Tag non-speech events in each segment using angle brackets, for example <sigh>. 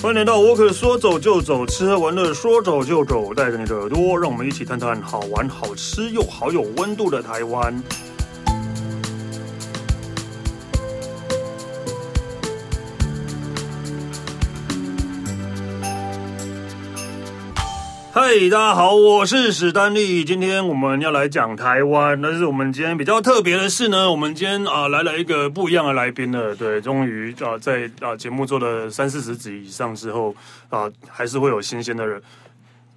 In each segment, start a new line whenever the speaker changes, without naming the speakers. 欢迎来到沃克，说走就走，吃喝玩乐说走就走，带着你的耳朵，让我们一起探探好玩、好吃又好有温度的台湾。嗨，大家好，我是史丹利。今天我们要来讲台湾，但是我们今天比较特别的是呢，我们今天啊、来了一个不一样的来宾了。对，终于啊、在啊、节目做了三四十集以上之后啊、还是会有新鲜的人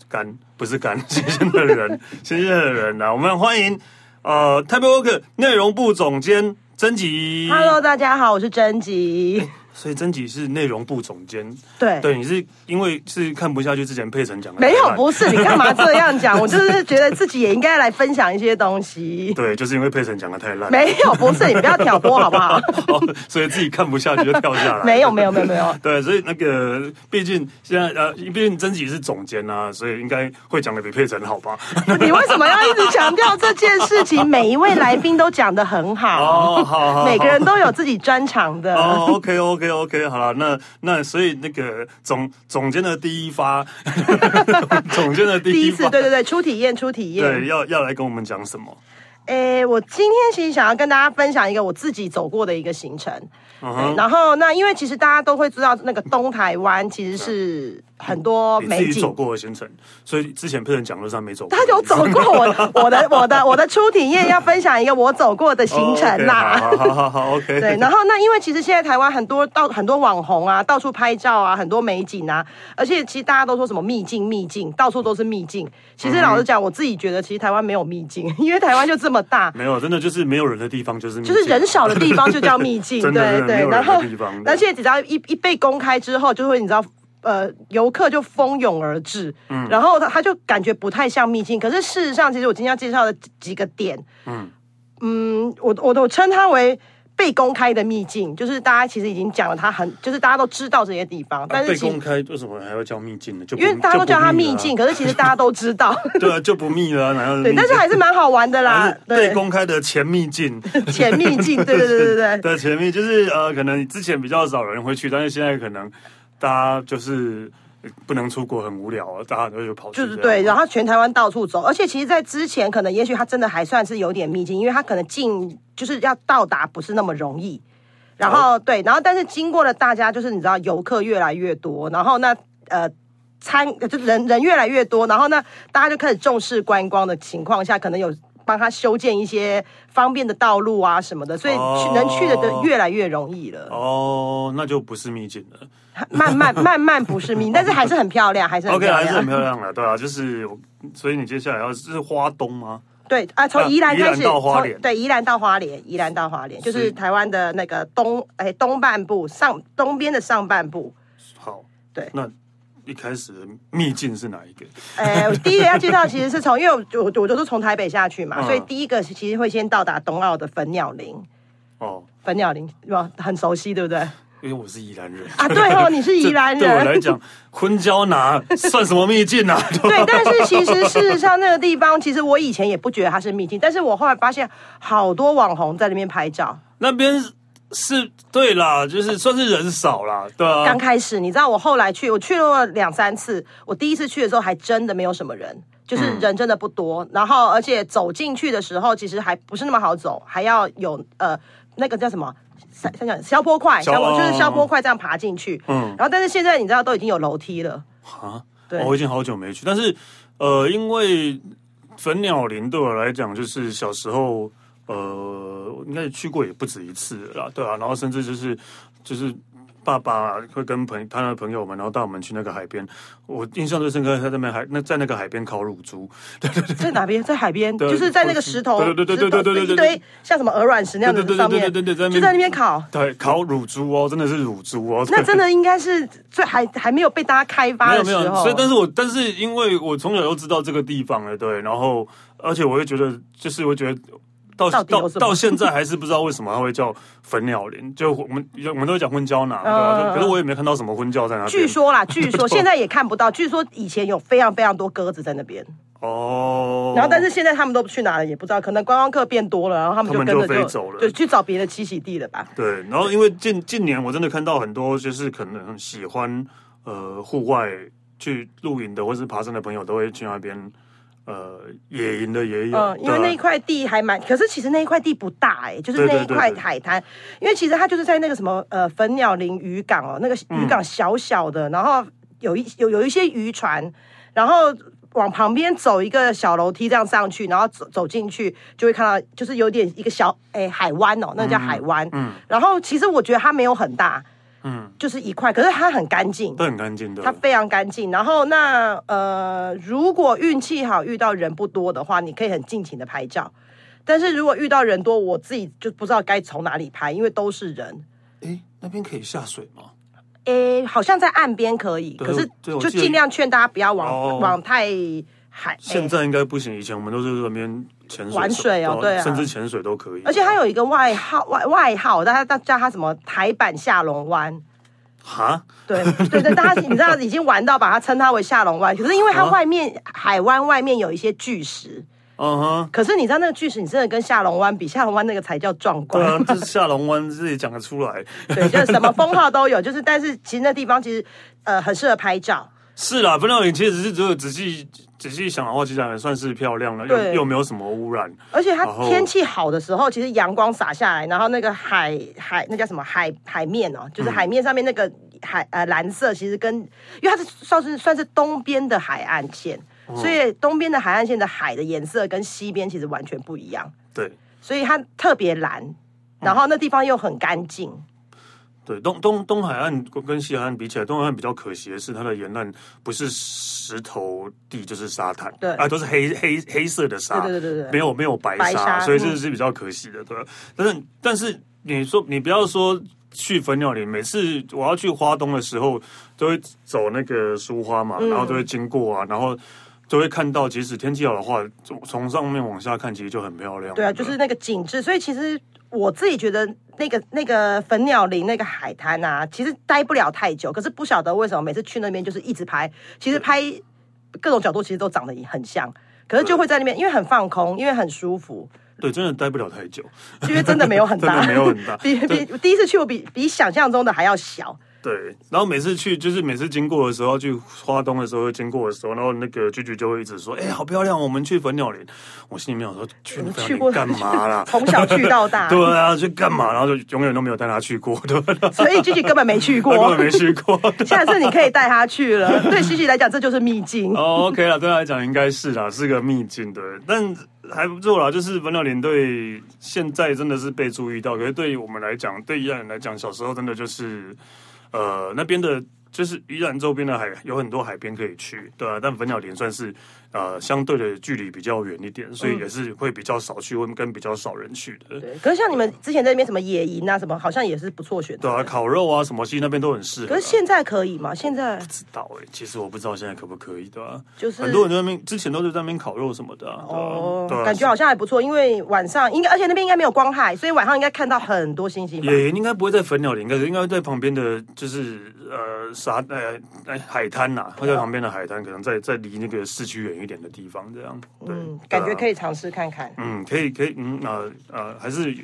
干，不是干，新鲜的人，新鲜的人啊呐、我们欢迎呃台北 Work 内容部总监曾吉。
Hello，大家好，我是
<laughs>
甄吉。
所以曾吉是内容部总监。
对，
对，你是因为是看不下去之前佩晨讲的
没
答
有，
案 <laughs>
不是你干嘛这样讲？我就是觉得自己也应该来分享一些东西。
对，就是因为佩晨讲的太烂，
没有，不是你不要挑拨好不
<laughs>
好？
哦，所以自己看不下去就跳下来。
<laughs> 没有，没有，没有，没有。
对，所以那个，毕竟现在呃，毕竟曾吉是总监啊，所以应该会讲的比佩晨好
<laughs>
吧？
你为什么要一直强调这件事情？每一位来宾都讲得很好，
哦，好好，
每个人都有自己专长的。
哦，OK，OK，OK，、好了，那那所以那个总总监的第一发， <laughs> 总监的第
第
一
一次，
发，
对对对，初体验，初体验。
对，要要来跟我们讲什么？
诶，我今天其实想要跟大家分享一个我自己走过的一个行程。
嗯
对
哼，
然后那因为其实大家都会知道，那个东台湾其实是很多
你
美
自己走
<laughs> 景。
过的行程，所以之前佩晨讲座上没走过，
他有走过
<laughs>
我我的我的我的初体验，要分享一个我走过的行程啦。
哦，OK，好好好好，OK，
<laughs> 对，然后那因为其实现在台湾很多到很多网红啊，到处拍照啊，很多美景啊，而且其实大家都说什么秘境秘境，到处都是秘境。其
嗯
实老实讲，我自己觉得其实台湾没有秘境，因为台湾就这么大，
没有，真的就是没有人的地方就是秘
就是
境
人少的地方就叫秘 <laughs> 境，
真的真
对
的没
对
有。
然
人
后
的地方，
而且只要一一被公开之后，就会你知道。呃，游客就蜂拥而至，
嗯
然后他他就感觉不太像秘境，可是事实上，其实我今天要介绍的几几个点，
嗯
嗯，我我我称它为被公开的秘境，就是大家其实已经讲了，它很就是大家都知道这些地方，但
啊
是
被
其
公
实
开为什么还要叫秘啊境呢？就不
因为大家都叫它秘，境，
就
可是其实大家都
<laughs>
知道， <laughs>
不密了啊对啊，就不密了啊，然后
对，但是还是蛮好玩
<laughs>
的啦，
被
对，
公开的前秘
<laughs>
境。
前秘境，对对对对对。
的前秘就是呃，可能之前比较少人会去，但是现在可能大家就是呃不能出国，很无聊啊，大家都就跑去
就
这样。
是对，然后全台湾到处走，而且其实，在之前可能也许他真的还算是有点秘境，因为他可能进就是要到达不是那么容易。然后对，然后但是经过了大家就是你知道游客越来越多，然后那呃。参就人人越来越多，然后呢，大家就开始重视观光的情况下，可能有帮他修建一些方便的道路啊什么的，所以去能去的
哦
的越来越容易了。
哦，那就不是秘境了。
慢慢慢慢不是命，但是还是很漂亮，还是很
OK，
漂
还是
亮。
很漂亮的，对啊，就是我所以你接下来要啊是花东吗？
对啊，从
啊
宜兰
宜
开
兰
始，
到花莲
从对宜兰到花莲，宜兰到花莲就是
是
台湾的那个东哎东半部上东边的上半部。
好，
对
那一开始的秘境是哪一个？
哎，第一个要介绍其实是从，因为我我我就是从台北下去嘛，
嗯
所以第一个其实会先到达东澳的粉鸟林。
哦，
粉鸟林对吧？很熟悉，对不对？啊，
因为我是宜兰人。
对哦，你是宜兰
这对我
人，
来讲， <laughs> 昏胶拿算什么秘境啊？
对，但是其实事实上那个地方，其实我以前也不觉得它是秘境，但是我后来发现好多网红在那边拍照，
那边是对啦，就是算是人少啦，对啊
刚。开始，你知道我后来去，我去了两三次。我第一次去的时候还真的没有什么人，就是
嗯
人真的不多。然后而且走进去的时候，其实还不是那么好走，还要有呃那个叫什么？三三角消波块，
消
消波就是
哦
消波块这样爬进去。
嗯
然后但是现在你知道都已经有楼梯了，
啊，
<laughs> 对
我已经好久没去，但是呃，因为粉鸟林对我来讲，就是小时候呃，应该去过也不止一次了啦，对啊，然后甚至就是就是。爸爸会跟朋他的朋友们，然后带我们去那个海边。我印象最深刻，他在那边海那在那个海边烤乳猪，
在哪边？在海边，
对
就是在那个石头，
对对对对
石
对
头
对对对
一堆像什么鹅卵石那样
对
的
对对
上
对
面，
对对对，
就在那边烤。
对烤乳猪哦，真的是乳猪哦，
那真的应该是最还还没有被大家开发
没
的
有
时
没
候，
有，所以但是我但是因为我从小就知道这个地方了，对，然后而且我会觉得，就是我觉得到
到底有
到
什么
到现在还是不知道为什么它会叫粉鸟林，就我们我们都会讲婚胶
<laughs>
囊，对
嗯
吧？
嗯嗯
可是我也没看到什么婚胶在那边。
据说啦，
<laughs>
据说现在也看不到。据说以前有非常非常多鸽子在那边，
哦，
然后但是现在他们都去哪了也不知道，可能观光客变多了，然后他们就
他们
跟
就
着就
飞走了
就去找别的栖息地了吧。
对，然后因为近近年我真的看到很多就是可能喜欢。呃户外去露营的或是爬山的朋友，都会去那边呃野营的也有，
嗯，因为那一
对啊
块地还蛮，可是其实那一块地不大哎、就是
对对
那一块海滩，因为其实它就是在那个什么呃粉鸟林渔港哦，那个
嗯
渔港小小的，然后有一有有一些渔船，然后往旁边走一个小楼梯这样上去，然后走走进去就会看到，就是有点一个小哎、海湾哦，那个叫海湾，
嗯
然后其实我觉得它没有很大，
嗯，
就是一块，可是它很干净，
都很干净的。
它非常干净。然后那呃，如果运气好遇到人不多的话，你可以很尽情的拍照。但是如果遇到人多，我自己就不知道该从哪里拍，因为都是人。
诶，哎那边可以下水吗？
诶，好像在岸边可以，
对
可是
对我
就
记得
尽量劝大家不要往、
哦
往太海。
现
诶
在应该不行，以前我们都是在那边潜水、
玩水哦对啊
甚至潜水都可以。
而且它有一个外号外外号，大家大叫它什么台版下龙湾。
哈，
对对对，大家你知道已经玩到把它称它为下龙湾，可是因为它
啊
外面、海湾外面有一些巨石，
嗯哼，
可是你知道那个巨石，你真的跟下龙湾比，下龙湾那个才叫壮
对啊
观。，
这下龙湾自己讲得出来。
对，就是什么封号都有，就是但是其实那地方其实呃很适合拍照。
是啦，分料影其实是只有仔细仔细想的话，其实还算是漂亮了，
对
又又没有什么污染。
而且它
然后
天气好的时候，其实阳光洒下来，然后那个海海那叫什么海海面哦，
嗯
就是海面上面那个海呃蓝色，其实跟因为它是算是算是东边的海岸线，
哦
所以东边的海岸线的海的颜色跟西边其实完全不一样，
对
所以它特别
嗯
蓝，然后那地方又很干净。
对，东东东海岸跟西海岸比起来，东海岸比较可惜的是，它的沿岸不是石头地就是沙滩，
对
啊，都是黑黑黑色的沙，
对对对对对
没有没有白沙，
白嗯沙
所以这是比较可惜的，对吧、啊但是但是你说你不要说。去粉鸟林，每次我要去花东的时候，都会走那个苏花嘛，然后都会
嗯
经过啊，然后都会看到，即使天气好的话，从从上面往下看，其实就很漂亮。
对啊，就是那个景致。所以其实我自己觉得，那个那个粉鸟林那个海滩啊，其实待不了太久。可是不晓得为什么每次去那边就是一直拍，其实拍各种角度其实都长得很像，可是就会在那边，因为很放空，因为很舒服，
对，真的待不了太久。
因为真的没有很大，
<laughs> 真的没有很大
<laughs> 比比第一次去我比比想象中的还要小。
对，然后每次去就是每次经过的时候，去花东的时候经过的时候，然后那个菊菊就会一直说：“哎、好漂亮，我们去粉鸟林。”我心里面想说：“去
我
粉
们
鸟
去
林
过？
干嘛啦
<laughs> 从小去到
<laughs>
大，
对啊，去干嘛？然后就永远都没有带他去过，对吧？
所以 Gigi 根本没去
他 <laughs> 根
过
本。没去过。 <laughs>
下次你可以带他去了，对 Gigi 来讲这就是秘境。
哦、o k 了，对他来讲应该是啦，是个秘境的，但还不错啦。就是粉鸟林对现在真的是被注意到，可是对于我们来讲，对宜兰人来讲，小时候真的就是，呃，那边的就是宜兰周边的海有很多海边可以去，对啊，但粉鸟林算是呃相对的距离比较远一点，所以也是会比较少去，会跟比较少人去的。
对，可是像你们之前在那边什么野营啊，什么好像也是不错选择
对。啊，烤肉啊什么，其实那边都很适合
可
啊。
是现在可以吗？现在
不知道哎、其实我不知道现在可不可以，对啊？
就是
很多人在那边之前都是在那边烤肉什么的、啊，对啊
哦
对啊，
感觉好像还不错，因为晚上应该，而且那边应该没有光害，所以晚上应该看到很多星星吧。
也应该不会在粉鸟林，应该是应该会在旁边的，就是呃沙呃呃海滩呐、会
啊
在旁边的海滩，可能在在离那个市区远一点的地方，这样。对，啊
嗯，感觉可
以，
以尝试看看。
嗯，可以可以，嗯呃呃，还是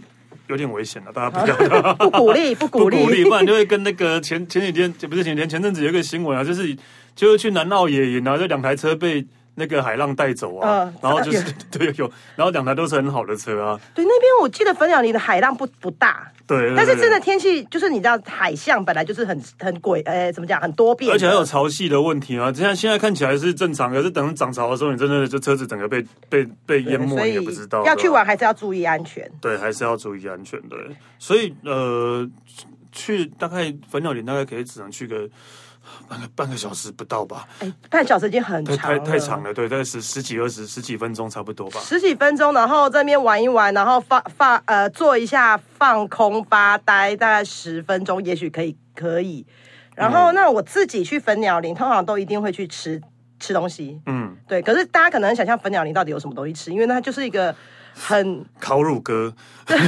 有点危险的、大家不要
<laughs> 不鼓
<laughs>
励，不
不
鼓
鼓励，
励。
不然就会跟那个前前几天呃不是前几天前阵子有一个新闻啊，就是就是去南澳野营啊，然后这两台车被。那个海浪带走啊，
嗯
然后就是 <laughs> 对有，然后两台都是很好的车啊，
对，那边我记得粉鸟林的海浪不不大，
对对
但是
对
真的天气就是你知道，海象本来就是很很鬼，呃，怎么讲，很多变的，
而且还有潮汐的问题啊！现在现在看起来是正常，可是等涨潮的时候，你真的就车子整个被被被淹没，
所
你
以
也不知道。
要去
对吧
玩，还是要注意安全。
对，还是要注意安全对，所以呃，去大概粉鸟林大概可以只能去个半个半个小时不到吧，
哎，半小时已经很
太
长
太
了，
太长了，对，大概十十几二十十几分钟差不多吧。
十几分钟，然后这边玩一玩，然后放放呃做一下放空发呆，大概十分钟，也许可以可以。然
嗯
后、那我自己去粉鸟林，通常都一定会去吃吃东西，
嗯，
对。可是大家可能很想象粉鸟林到底有什么东西吃，因为它就是一个很 <laughs>
烤乳鸽，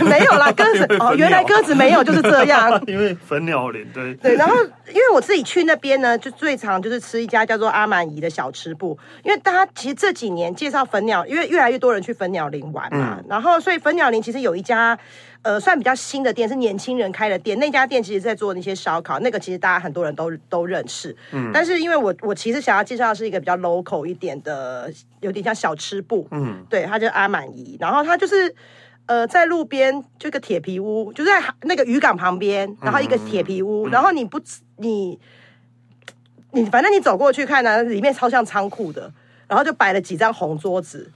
没有啦，鸽子
<laughs> 因为
哦，
粉
原来
鸟
鸽子没有就是这样。
<laughs> 因为粉鸟林对
对，然后因为我自己去那边呢，就最常就是吃一家叫做阿满姨的小吃部，因为大家其实这几嗯年介绍粉鸟，因为越来越多人去粉鸟林玩嘛，然后所以粉鸟林其实有一家呃算比较新的店，是年轻人开的店。那家店其实在做那些烧烤，那个其实大家很多人都都认识。嗯，但是因为我我其实想要介绍的是一个比较 local 一点的，有点像小吃部。嗯，对，他叫阿满姨，然后他就是。呃，在路边就一个铁皮屋，就在那个渔港旁边，然后一个铁皮屋，然后你不你你反正你走过去看呢、啊里面超像仓库的，然后就摆了几张红桌子，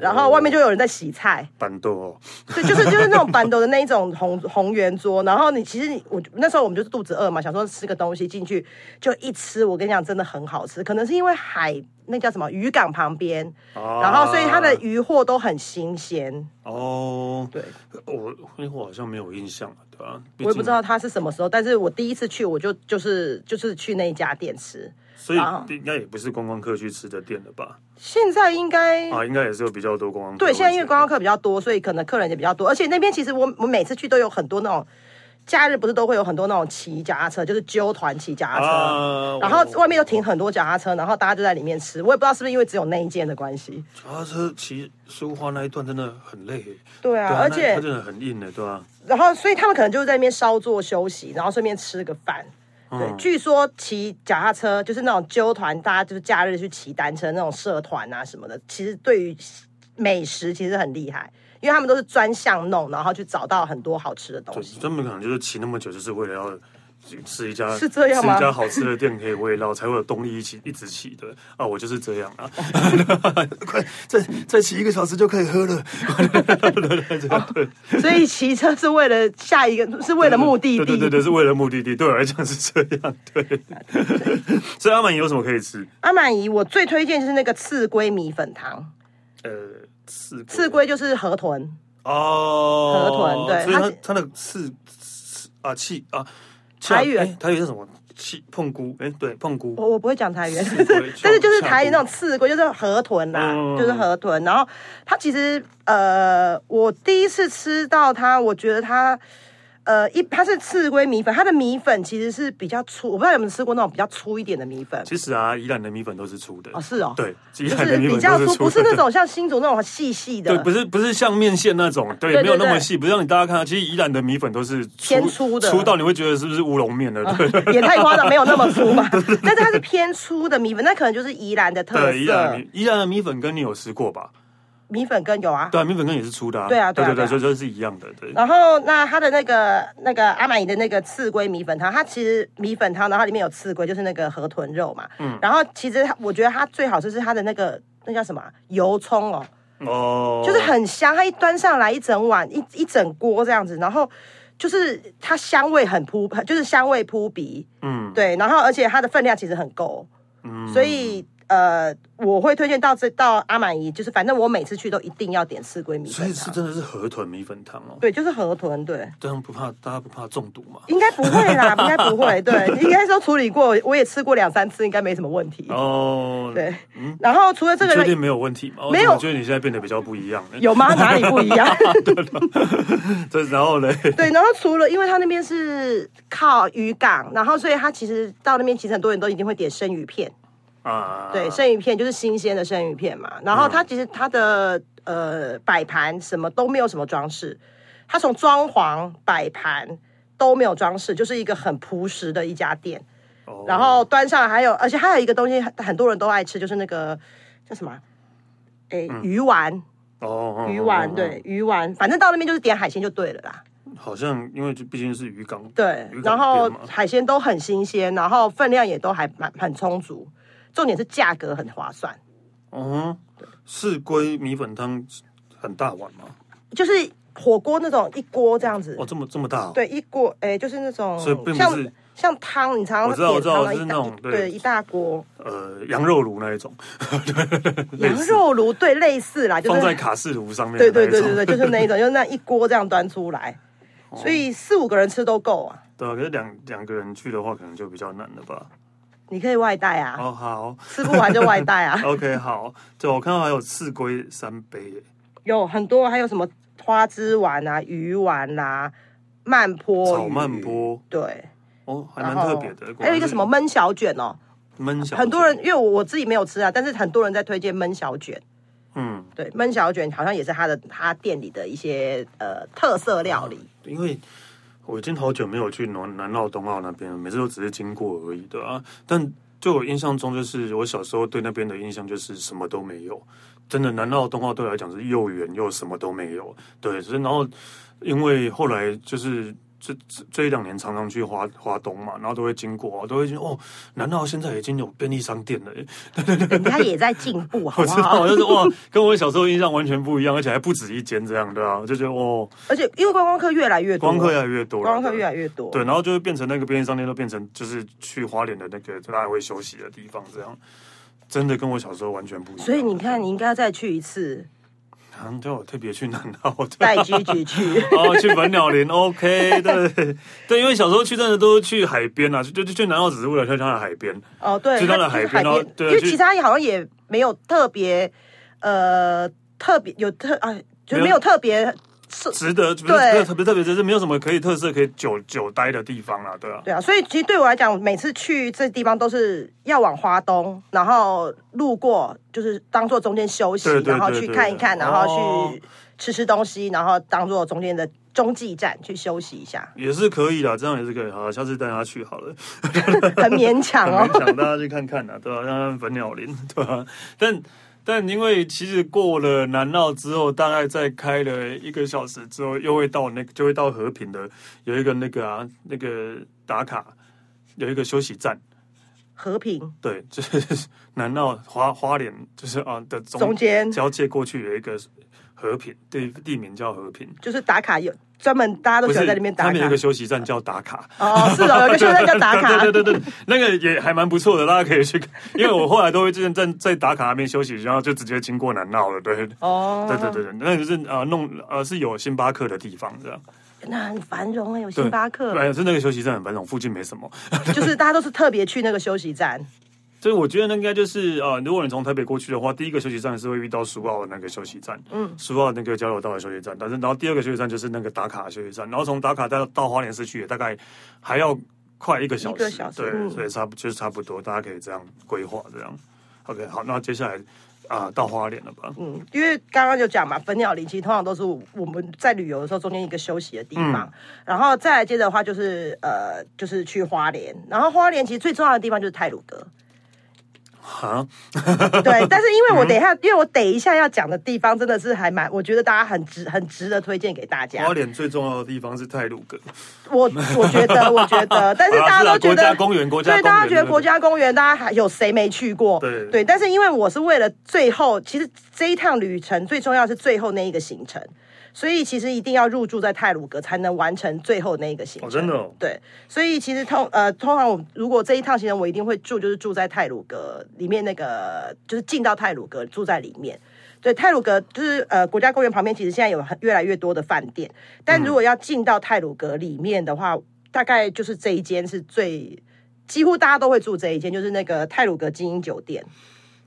然后外面就有人在洗菜，
板凳哦，
对，就是就是那种板斗的那一种红红圆桌，然后你其实你我那时候我们就是肚子饿嘛，想说吃个东西进去就一吃，我跟你讲真的很好吃，可能是因为海那叫什么渔港旁边，
啊
然后所以它的渔货都很新鲜，
哦，
对，
我因为我好像没有印象，对吧、啊？
我也不知道它是什么时候，但是我第一次去我就就是就是去那一家店吃，
毕竟，
啊
所以应该也不是观光客去吃的店了吧？
现在应该
啊，应该也是有比较多观光客会
对，
去。
现在因为观光客比较多，所以可能客人也比较多，而且那边其实我我每次去都有很多那种。假日不是都会有很多那种骑脚踏车，就是揪团骑脚踏车，
啊
然后
我
外面又停很多脚踏车，然后大家就在里面吃。我也不知道是不是因为只有那一间的关系。
脚踏车骑苏花那一段真的很累，
对啊而且
那它真的很硬的，对吧、啊？
然后，所以他们可能就是在那边稍作休息，然后顺便吃个饭。
嗯
对，据说骑脚踏车就是那种揪团，大家就是假日去骑单车那种社团啊什么的，其实对于美食其实很厉害，因为他们都是专项弄，然后去找到很多好吃的东
对
西。
他们可能就是骑那么久，就是为了要吃一家
是这样吗
吃一家好吃的店可以慰劳，才会有动力一起一直骑的啊！我就是这
<laughs>
样啊，快再再骑一个小时就可以喝了， <laughs> 对对
<laughs> 所以骑车是为了下一个，是为了目的地。
对对对对，是为了目的地，对我来讲是这
啊
样，对。所以阿满有什么可以吃？
阿满姨，我最推荐就是那个刺龟米粉汤，
呃，刺
刺龟就是河豚。
哦，
河豚
所
对
以
它
它
是
它那个刺刺啊气啊，气
台语
哎台语叫什么？气碰菇，哎，对，碰菇。
我我不会讲台语，
刺龟
但是就是
下
台语
毒
那种刺龟，就是河豚啦，
嗯
就是河豚。然后它其实呃，我第一次吃到它，我觉得它呃一它是刺龟米粉，它的米粉其实是比较粗，我不知道有没有吃过那种比较粗一点的米粉
其实啊，宜兰的米粉都是粗的
哦，，是哦，，
对，宜
<laughs> 就
兰的
是
米
比
粉
较
都 <laughs>
粗，
粗的，
不是那种像新竹那种细细的，
对，不是不是像面线那种，对，
对对
没有那么细，不是让你大家看到。其实宜兰的米粉都是
偏粗的
粗到你会觉得是不是乌龙
<laughs>
面了？对，
也太夸张，没有那
<laughs>
么粗嘛。但是它是偏粗的米粉，那可能 <laughs> 就是宜兰的特
对，宜兰的
色
米宜兰的米粉跟你有吃过吧？
米粉羹有啊。
对啊，米粉跟也是粗的啊，
对啊
对
对啊
对
对啊
对，所以这是一样的，对。
然后那它的那个那个阿满姨的那个刺龟米粉汤，它其实米粉汤，然后它里面有刺龟，就是那个河豚肉嘛。嗯。然后其实它我觉得它最好吃是它的那个那叫什么啊油葱哦，
哦，
就是很香，它一端上来一整碗一一整锅这样子，然后就是它香味很扑，就是香味扑鼻。
嗯
对，然后而且它的分量其实很够，
嗯
所以呃，我会推荐到这到阿满姨，就是反正我每次去都一定要点四龟米
所
粉
以是
汤，
真的是河豚米粉汤哦，
对，就是河豚，对，
这样不怕大家不怕中毒嘛？
应该不会啦，应该
<laughs>
不会，对，应该是都处理过，我也吃过两三次，应该没什么问题，
哦，
嗯对，然后除了这
你确
个
定。没有问题吗？哦
没有
我觉得你现在变得比较不一样了。 <laughs>
有吗？哪里不一样？ <laughs>
对，然后嘞，
对，然后除了因为它那边是靠渔港，然后所以它其实到那边其实很多人都一定会点生鱼片，
啊，
对，生鱼片就是新鲜的生鱼片嘛。然后它其实它的呃摆盘什么都没有什么装饰，它从装潢摆盘都没有装饰，就是一个很朴实的一家店。
哦
然后端上还有，而且还有一个东西很很多人都爱吃，就是那个叫什么啊？诶，鱼丸，
嗯哦，
鱼
哦
丸，，对，鱼丸，反正到那边就是点海鲜就对了啦。
哦好像因为就毕竟是渔港，
对
鱼，
然
港
后
店嘛
海鲜都很新鲜，然后分量也都还蛮很充足，重点是价格很划算。
哦，是龟米粉汤很大碗吗？
就是火锅那种一锅这样子，
哦，这么这么大、哦，
对，一锅，哎、就是那种
所以并不
像
是
像汤，你常
我
常
知道我
点汤
知道就是那种
一大
对
对一大锅
呃，羊肉炉那一种， <laughs>
羊肉炉，对，类似啦，就
放在
是
卡式炉上面，
对对
<laughs>
对对对，，就是那一种，就是那一锅这样端出来，
哦
所以四五个人吃都够啊，
对啊，可是两两个人去的话，可能就比较难了吧？
你可以外带啊，
哦，好
吃不完就外带
<laughs>
啊，
，OK，好，对，我看到还有刺龟三杯耶，
有很多，还有什么花枝丸啊、鱼丸啦、慢坡
炒
鱼
慢，波，
对，
哦，还
然
蛮
后
特别的，
还有一个什么焖小卷哦，
焖小，
很多人因为我我自己没有吃啊，但是很多人在推荐焖小卷。
嗯，
对，焖小卷好像也是他的他店里的一些呃特色
<laughs>
料理。
因为我已经好久没有去南南澳、东澳那边了，每次都只是经过而已的啊。但就我印象中，就是我小时候对那边的印象就是什么都没有，真的南澳、东澳对我来讲是又远又什么都没有。对，所以然后因为后来就是。这这这一两年常常去华华东嘛，然后都会经过、啊，都会觉得哦，南澳现在已经有便利商店了耶， <laughs>
人家也在进步，好
我
不
知
好
道，？就是哇，跟我小时候印象完全不一样，而且还不止一间这样的啊，就觉得哦，
而且因为观光客越来越多，
光客越来越多了，
观光客越来越多，
对，然后就会变成那个便利商店都变成就是去花莲的那个大家会休息的地方，这样真的跟我小时候完全不一样。
所以你看，你应该再去
<laughs>
一次，
好像叫我特别去南澳，对啊
带居居
<laughs>
去。
哦，去本鸟林，OK，对对，因为小时候去真的都是去海边啊，就就就去南澳只是为了去它的海边，
哦，对，
去到了
它就是
海边然后对
因为
去
其他好像也没有特别，呃，特别有特啊，就
没有
没有特别是，
值得不是
对
不是特别特别就是没有什么可以特色可以久久待的地方啦，对啊，
对啊，所以其实对我来讲，每次去这地方都是要往花东，然后路过，就是当做中间休息，
对对
然后
对
去
对
看一看，然后
哦，
去吃吃东西，然后当做中间的中继站去休息一下
也是可以啦，这样也是可以，好，下次带他去好了。
很勉强哦
<laughs> 很。想大家去看看呐、对吧、啊？让粉鸟林，对吧、但但因为其实过了南澳之后，大概再开了一个小时之后，又会到那个就会到和平的有一个那个啊那个打卡有一个休息站，
和平
对， <laughs> 就是南澳花花莲就是啊的中
中间
交界过去有一个和平，对，地名叫和平。
就是打卡有专门大家都
不
喜
是
欢在那边打
他们有
卡
一个。休息站叫打卡，
哦，是
<laughs>
哦，有一个休息 <laughs> 站叫打卡，
对对对对，那个也还蛮不错的，大家可以去看。因为我后来都会就是在在打卡那边休息，然后就直接经过南澳了。对，对
哦，
对对对，那就是呃弄呃是有星巴克的地方这样。
那很繁荣啊，有
对
星巴克，
对，是那个休息站很繁荣，附近没什么。
就是大家都是特别去那个休息站。
所以我觉得那应该就是呃，如果你从台北过去的话，第一个休息站是会遇到苏澳的那个休息站，嗯，苏澳那个交流道的休息站，但是然后第二个休息站就是那个打卡的休息站，然后从打卡到到花莲市区也大概还要快一个小时，
一个小时
对，
嗯
所以差不就是差不多，大家可以这样规划这样。OK，好，那接下来啊、到花莲了吧？
嗯，因为刚刚就讲嘛，粉鸟林其实通常都是我们在旅游的时候中间一个休息的地方，
嗯
然后再来接着的话就是呃，就是去花莲，然后花莲其实最重要的地方就是泰鲁
<laughs>
阁，
啊，
对。但是因
嗯
为我等一下，因为我等一下要讲的地方真的是还蛮，我觉得大家很值很值得推荐给大家
花。莲最重要的地方是泰鲁阁，
我我觉得，我觉
<laughs>
得，但是
好啦
大
是
家
啊
都觉
国
得
家公园国家
对，
公园
大家觉
对
得
不对
国家公园，大家还有谁没去过？
对
对，但是因为我是为了最后，其实这一趟旅程最重要是最后那一个行程，所以其实一定要入住在泰鲁阁才能完成最后那一个行程。
哦真的哦
对，所以其实通呃，通常我如果这一趟行程我一定会住，就是住在泰鲁阁里面那个，就是进到泰鲁阁住在里面。对，泰鲁阁就是呃国家公园旁边，其实现在有很越来越多的饭店，但如果要进到泰鲁阁里面的话，大概就是这一间是最。几乎大家都会住这一间，就是那个泰鲁阁精英酒店。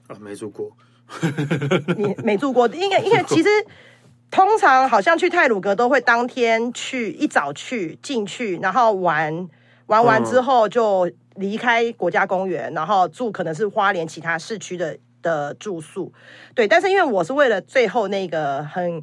啊，没住过，
<laughs> 你没住过，应该应该其实通常好像去泰鲁阁都会当天去，一早去进去，然后玩玩完之后就离开国家公园，然后住可能是花莲其他市区的的住宿。对，但是因为我是为了最后那个很。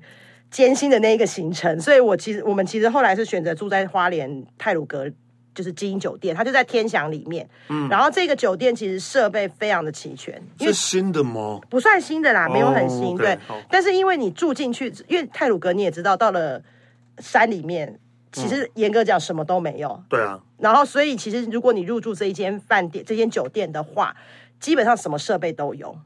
艰辛的那一个行程，所以我其实我们其实后来是选择住在花莲泰鲁阁，就是基因酒店，它就在天祥里面。嗯，然后这个酒店其实设备非常的齐全，因为
是新的吗？
不算新的啦，没有很
哦
新，
OK，
对
好。
但是因为你住进去，因为泰鲁阁你也知道，到了山里面，其
嗯
实严格讲什么都没有。
对啊，
然后，所以其实如果你入住这一间饭店、这间酒店的话，基本上什么设备都有。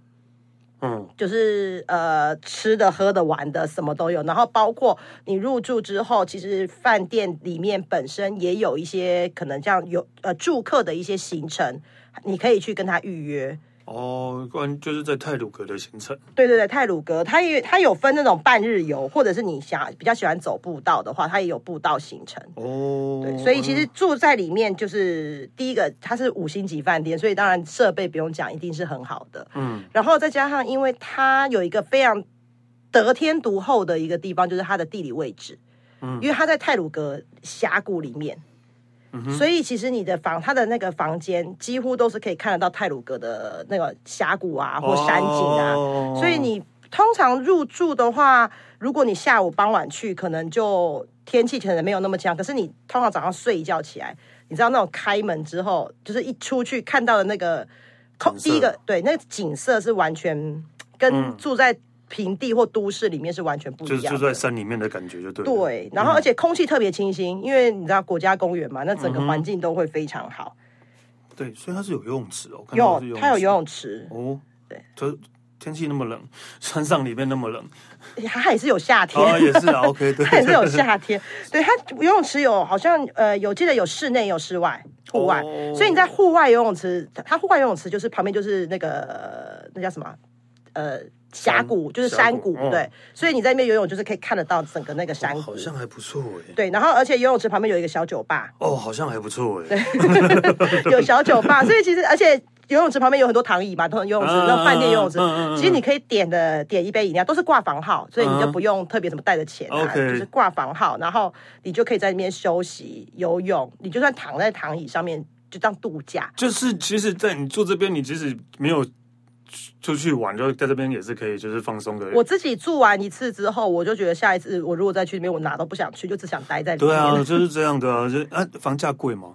嗯，
就是呃吃的、喝的、玩的，什么都有。然后包括你入住之后，其实饭店里面本身也有一些可能像有呃住客的一些行程，你可以去跟他预约。
哦，关就是在泰鲁阁的行程，
对对对，泰鲁阁它也它有分那种半日游，或者是你想比较喜欢走步道的话，它也有步道行程。
哦，
对，所以其实住在里面就是第一个，它是五星级饭店，所以当然设备不用讲，一定是很好的。
嗯，
然后再加上，因为它有一个非常得天独厚的一个地方，就是它的地理位置，
嗯
因为它在泰鲁格峡谷里面，
嗯
所以其实你的房，它的那个房间几乎都是可以看得到泰鲁格的那个峡谷啊或山景啊，
哦
所以你。通常入住的话，如果你下午傍晚去，可能就天气可能没有那么强，可是你通常早上睡一觉起来，你知道那种开门之后，就是一出去看到的那个空，
景色
第一个对那个景色是完全跟住在平地或都市里面是完全不
就
一
是
样
住
的。
在山里面的感觉，就对了。嗯
对，然后而且空气特别清新，因为你知道国家公园嘛，那
嗯
整个环境都会非常好。
对，所以它是有游泳池哦，看到
有
是，
它有游
泳
泳池
池，哦。
对，
这天气那么冷， <laughs> 山上里面那么冷
它也是有夏天，
啊，也是
<laughs>
啊。OK，对，
它也是有夏天。对，它游泳池有好像呃，有记得有室内有室外户外，
哦
所以你在户外游泳池，它户外游泳池就是旁边就是那个那叫什么呃峡谷，就是山谷
峡谷哦
对，所以你在那边游泳就是可以看得到整个那个山
哦
谷
好。像还不错哎。
对，然后而且游泳池旁边有一个小酒吧，
哦，好像还不错哎。
<laughs> 有小酒吧，所以其实而且游泳池旁边有很多躺椅嘛，通常游泳池
嗯
那种饭店游泳
嗯
池
嗯嗯，嗯嗯
其实你可以点的点一杯饮料都是挂房号，所以你就不用特别什么带着钱啊，
OK
就是挂房号，然后你就可以在那边休息游泳，你就算躺在躺椅上面就当度假。
<laughs> 就是其实，在你住这边，你即使没有出去玩，就在这边也是可以，就是放松的。
我自己住完一次之后，我就觉得下一次我如果再去那边，我哪都不想去，就只想待在里
对
面。
啊，就是这样的啊。就啊，房价贵吗？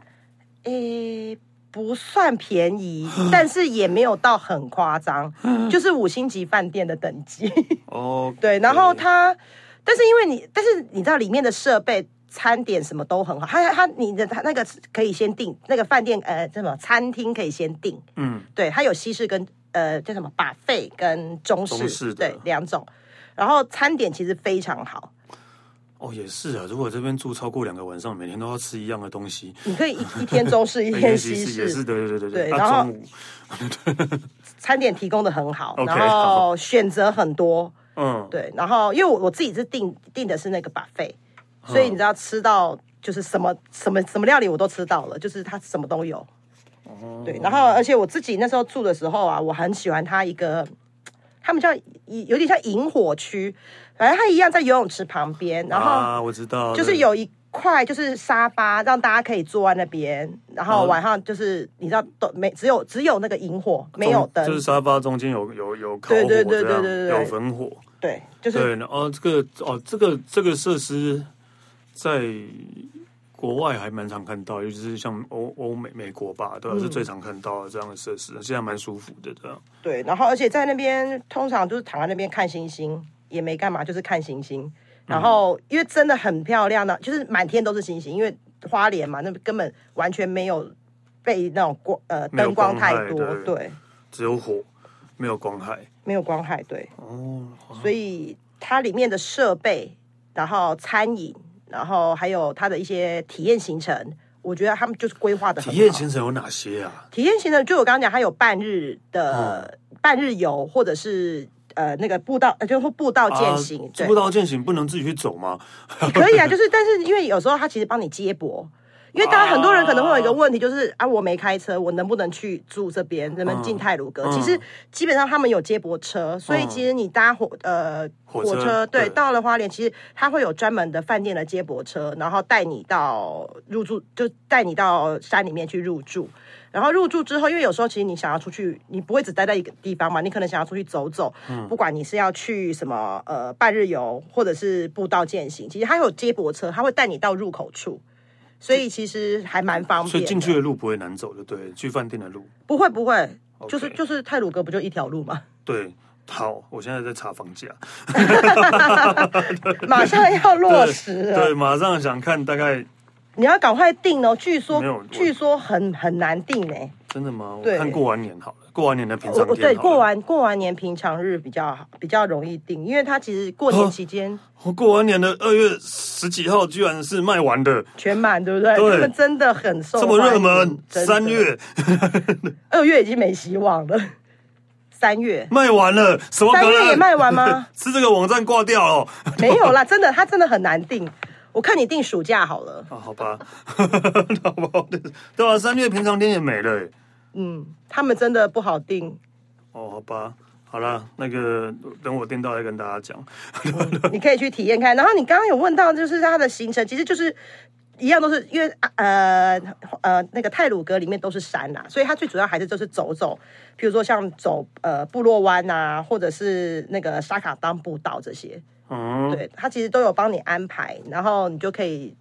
诶、不算
<laughs>
便宜，但是也没有到很夸张，就是五星级饭店的等级。
哦，
<laughs> 对，然后它，但是因为你，但是你知道里面的设备、餐点什么都很好，它它你的它那个可以先订，那个饭店呃叫什么餐厅可以先订，
嗯，
对，它有西式跟呃叫什么把费跟中式，
中式的
对两种，然后餐点其实非常好，
哦也是啊。如果这边住超过两个晚上，每天都要吃一样的东
<laughs>
西，
你可以一一天
<laughs>
中式一天西
也是
式，
对对对
对
那、
然后
中午
餐点提供的很好
OK，
然
好
后选择很多，
嗯，
对，然后因为我我自己是订订的是那个把费，
嗯
所以你知道吃到就是什么什么什么料理我都吃到了，就是它什么都有。
哦
对，然后而且我自己那时候住的时候啊，我很喜欢它一个，他们叫有点像萤火区，反正它一样在游泳池旁边，然后
啊，我知道了，
就是有一块就是沙发，让大家可以坐在那边，
嗯
然后晚上就是你知道都没只有只有那个萤火，没有
中
灯，
就是沙发中间有有有烤火
对对对
这样
对对对对
有焚火，
对，就是
对，然后这个哦，这个这个设施在国外还蛮常看到，尤其是像欧欧美美国吧，对吧、是
嗯
最常看到的这样的设施，现在蛮舒服的这样。
对，然后而且在那边通常就是躺在那边看星星，也没干嘛，就是看星星。然后因为真的很漂亮呢、就是满天都是星星，因为花莲嘛，那根本完全没有被那种光呃
没有
灯光
光
太
害
多，
对
对，
只有火，没有光害。
没有光害，对，
哦，
所以它里面的设备，然后餐饮，然后还有它的一些体验行程，我觉得他们就是规划的很
体
好。
验行程有哪些啊？
体验型的，就我刚刚讲，它有半日的、
嗯
半日游，或者是呃那个步道，呃就是步道践行，
啊、
对
步，道践行不能自己去走吗？
<laughs> 可以啊。就是但是因为有时候它其实帮你接驳，因为当然很多人可能会有一个问题，就是啊我没开车，我能不能去住这边，能不能进泰鲁阁？
嗯
其实基本上他们有接驳车，所以其实你搭火呃
火车
对，
对
到了花莲，其实它会有专门的饭店的接驳车，然后带你到入住，就带你到山里面去入住。然后入住之后，因为有时候其实你想要出去，你不会只待在一个地方嘛，你可能想要出去走走。
嗯
不管你是要去什么呃半日游，或者是步道践行，其实它有接驳车，它会带你到入口处，所以其实还蛮方
所
便
以
的。
进去的路不会难走，就对，去饭店的路。
不会不会，就是
OK
就是泰鲁阁不就一条路吗？
对，好，我现在在查房价。
马上要落实了。
对，马上想看大概
你要赶快订哦！据说
没有我
据说很很难订呢、
真的吗？我
对
看过完年好了，过完年的平
我
常
我
天好
对
了
过完过完年平常日比较好，比较容易订，因为它其实过
哦
年期间
我过完年的二月十几号居然是卖完的，
全满，对不对？
对
他们真的很受
这么热
欢
门
迎，真的
三月
二月已经没希望了， <laughs> 三月
卖完了，什么可
三月也
能？
卖完吗？
<laughs> 是这个网站挂掉
<laughs>
哦了、
没有啦，真的，它真的很难订。我看你订暑假好了，
啊？好吧， <laughs> 好吧，对吧、三月平常天也没了、欸
嗯，他们真的不好订，
哦，好吧，好啦，那个等我订到再跟大家讲。
<laughs> 你可以去体验看。然后你刚刚有问到，就是它的行程，其实就是一样都是因为呃呃那个泰鲁格里面都是山啦、所以它最主要还是就是走走，譬如说像走呃部落湾啊，或者是那个沙卡当步道这些，
嗯，
对，它其实都有帮你安排，然后你就可以。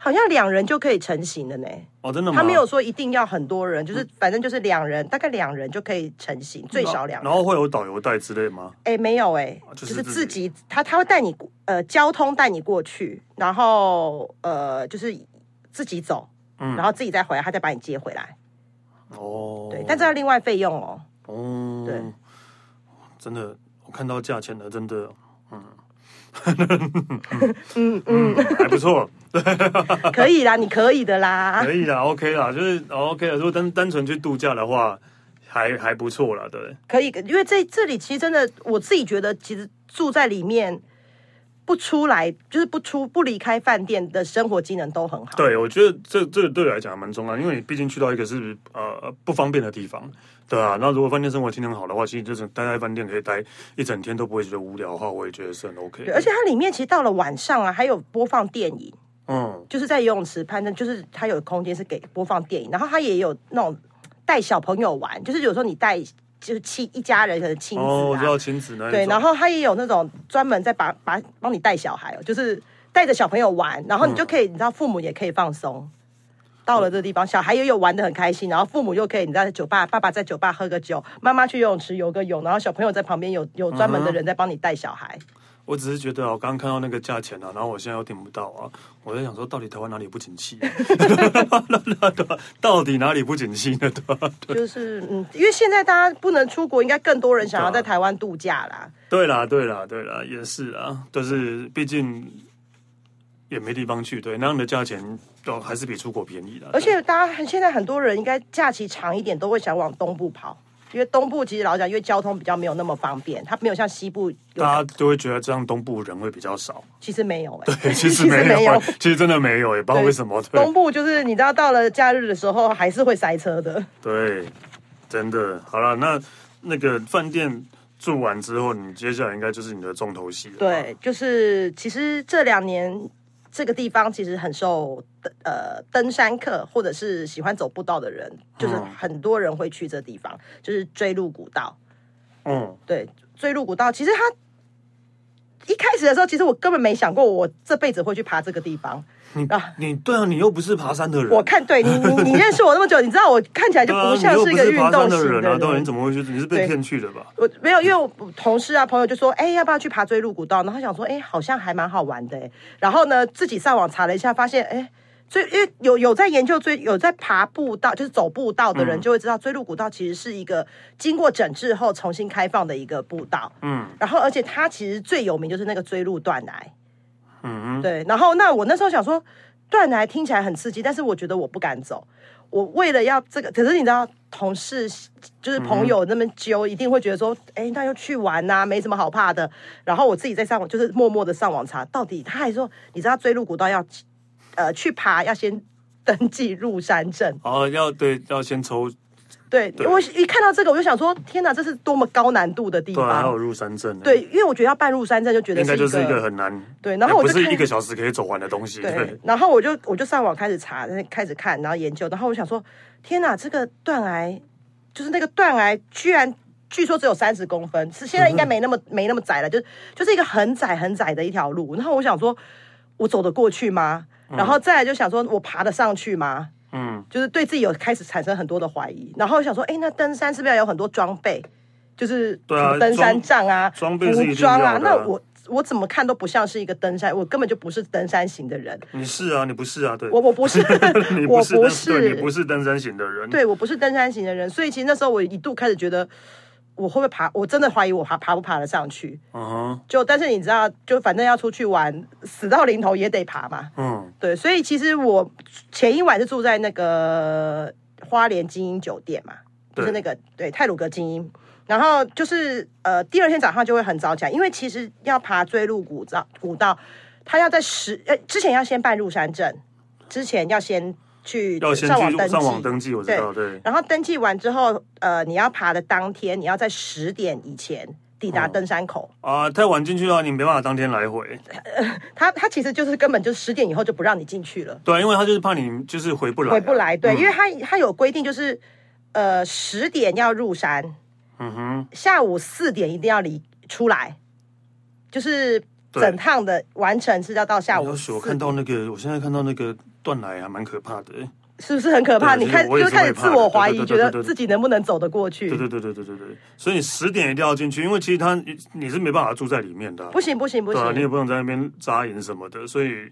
好像两人就可以成型了呢，
哦，真的吗？
他没有说一定要很多人，就是反正就是两人，大概两人就可以成型，最少两人。
然后会有导游带之类吗？
哎、没有哎、
就
就是是
自
自己，他他会带你呃交通带你过去，然后呃就是自己走，
嗯
然后自己再回来，他再把你接回来。
哦，
对，但这要另外费用哦。
哦，
对，
真的，我看到价钱了，真
<laughs>
的，嗯，嗯嗯，还不错，
可以啦，你可以
<laughs>
的啦
可。以啦，OK 啦，就是哦 OK 啦。如果单单纯去度假的话，还还不错啦，对，
可以，因为这这里其实真的，我自己觉得，其实住在里面不出来，就是不出不离开饭店的生活技能都很好。
对，我觉得这这个对我来讲还蛮重要，因为你毕竟去到一个是呃不方便的地方，对啊。那如果饭店生活经验好的话，其实就是待在饭店可以待一整天都不会觉得无聊的话，我也觉得是很 OK
对，
的。
而且它里面其实到了晚上啊，还有播放电影，
嗯，
就是在游泳池攀登，就是它有空间是给播放电影，然后它也有那种带小朋友玩，就是有时候你带就是亲一家人可能亲子啊，
哦，我知道亲子那一
对，
种
然后它也有那种专门在把把帮你带小孩哦，就是带着小朋友玩，然后你就可以，你知道父母也可以放松。到了这个地方，小孩也有玩的很开心，然后父母又可以你知道在酒吧，爸爸在酒吧喝个酒，妈妈去游泳池游个泳，然后小朋友在旁边有有专门的
嗯
人在帮你带小孩。
我只是觉得啊我刚刚看到那个价钱啊，然后我现在又订不到啊，我在想说，到底台湾哪里不景气、 <laughs> 啊？对吧到底哪里不景气呢？对吧？
就是嗯，因为现在大家不能出国，应该更多人想要
对啊
在台湾度假啦。
对啦，对啦，对啦，也是啊，就是毕竟也没地方去，对，那样的价钱哦，还是比出国便宜的。
而且大家很现在很多人应该假期长一点都会想往东部跑，因为东部其实老实讲，因为交通比较没有那么方便，它没有像西部有
大家就会觉得这样东部人会比较 <laughs> 少，
其实没有哎、 <laughs>
对，其实没有啊， <laughs> 其实真的没有，也不知道为什么，对
东部就是你知道，到了假日的时候还是会塞车的。
对，真的。好了，那那个饭店住完之后，你接下来应该就是你的重头戏了。
对，，就是其实这两年这个地方其实很受呃登山客或者是喜欢走步道的人，就是很多人会去这地方，就是追鹿古道。
嗯，
对，追鹿古道其实它。一开始的时候，其实我根本没想过我这辈子会去爬这个地方。
你
啊
你对啊，你又不是爬山的人，
我看对你，你你认识我那么久，你知道我看起来就
对啊，
不
你
像
又
是一
不
个
是
运
爬山
动
的
型
人
的
啊，
人。
对啊，你怎么会去？你是被
对
骗去的吧？
我没有，因为我同事啊朋友就说，哎、要不要去爬追鹿古道？然后想说，哎、好像还蛮好玩的、哎然后呢，自己上网查了一下，发现，哎、追因为有有在研究追有在爬步道，就是走步道的
嗯
人就会知道，追鹿古道其实是一个经过整治后重新开放的一个步道。
嗯
然后，而且它其实最有名就是那个追鹿断崖。
嗯
对，然后那我那时候想说，断崖听起来很刺激，但是我觉得我不敢走。我为了要这个，可是你知道，同事就是朋友那边揪，一定会觉得说，哎，那就去玩呐、没什么好怕的。然后我自己在上网，就是默默的上网查，到底他还说，你知道追鹿古道要，呃，去爬要先登记入山证。
哦，要对，要先抽，
对
对
我一看到这个，我就想说，天哪，这是多么高难度的地
对啊，还有
方。
入山证，
对，，因为我觉得要办入山证，就觉得
应该就是一个很难，哎
对然后我
不
就是看
一个小时可以走完的东西，
对
对，，
<laughs> 然后我就我就上网开始查，开始看，然后研究，然后我想说，天哪，这个断崖就是那个断崖，居然据说只有三十公分，是现在应该没那么、没那么窄
嗯
了，就是就是一个很窄很窄的一条路。然后我想说，我走得过去吗？然后再来就想说，我爬得上去吗？
嗯，
就是对自己有开始产生很多的怀疑。然后我想说，哎，那登山是不是要有很多装备？就是
对啊
什么登山
装
杖啊、
装备是一定
服装
要
啊。
的
那我我怎么看都不像是一个登山，我根本就不是登山型的人。
你是啊，你不是啊，对，
我我不是
<laughs>
<laughs>
你，
我
不是，
不
对你
是
不，是登山型的人，
对我不是登山型的人，所以其实那时候我一度开始觉得我会不会爬，我真的怀疑我爬爬不爬得上去。
嗯
就但是你知道，就反正要出去玩，死到临头也得爬嘛。
哼嗯，
对，所以其实我前一晚是住在那个花莲精英酒店嘛，就是
对
那个对泰鲁格精英。然后就是呃，第二天早上就会很早起来，因为其实要爬追鹿古道古道，它要在十呃之前要先办入山证，之前要先去
要先
上网登
去
记，
上网登记，我知道，对，
然后登记完之后，呃，你要爬的当天，你要在十点以前抵达登山口。
啊，太晚进去的话，你没办法当天来回。
他他其实就是根本就是十点以后就不让你进去了，
对，因为他就是怕你就是回不来啊，
回不来。对，因为他他有规定，就是呃十点要入山，
嗯哼，
下午四点一定要离出来，就是
对
整趟的完成是要到下
要
午
死
四
我看到那个，我现在看到那个断奶还蛮可怕的。欸
是不是很可怕？
对
你看，
其实我也
就是
是
开始
会怕
自我
的
怀
对
疑，
对
觉
对
得
对对对
自己能不能走得过去
对。对对对对对对对，所以你十点一定要进去，因为其实他你你是没办法住在里面的啊、
不行不行不
对啊，你也
行，
不能在那边扎营什么的，所以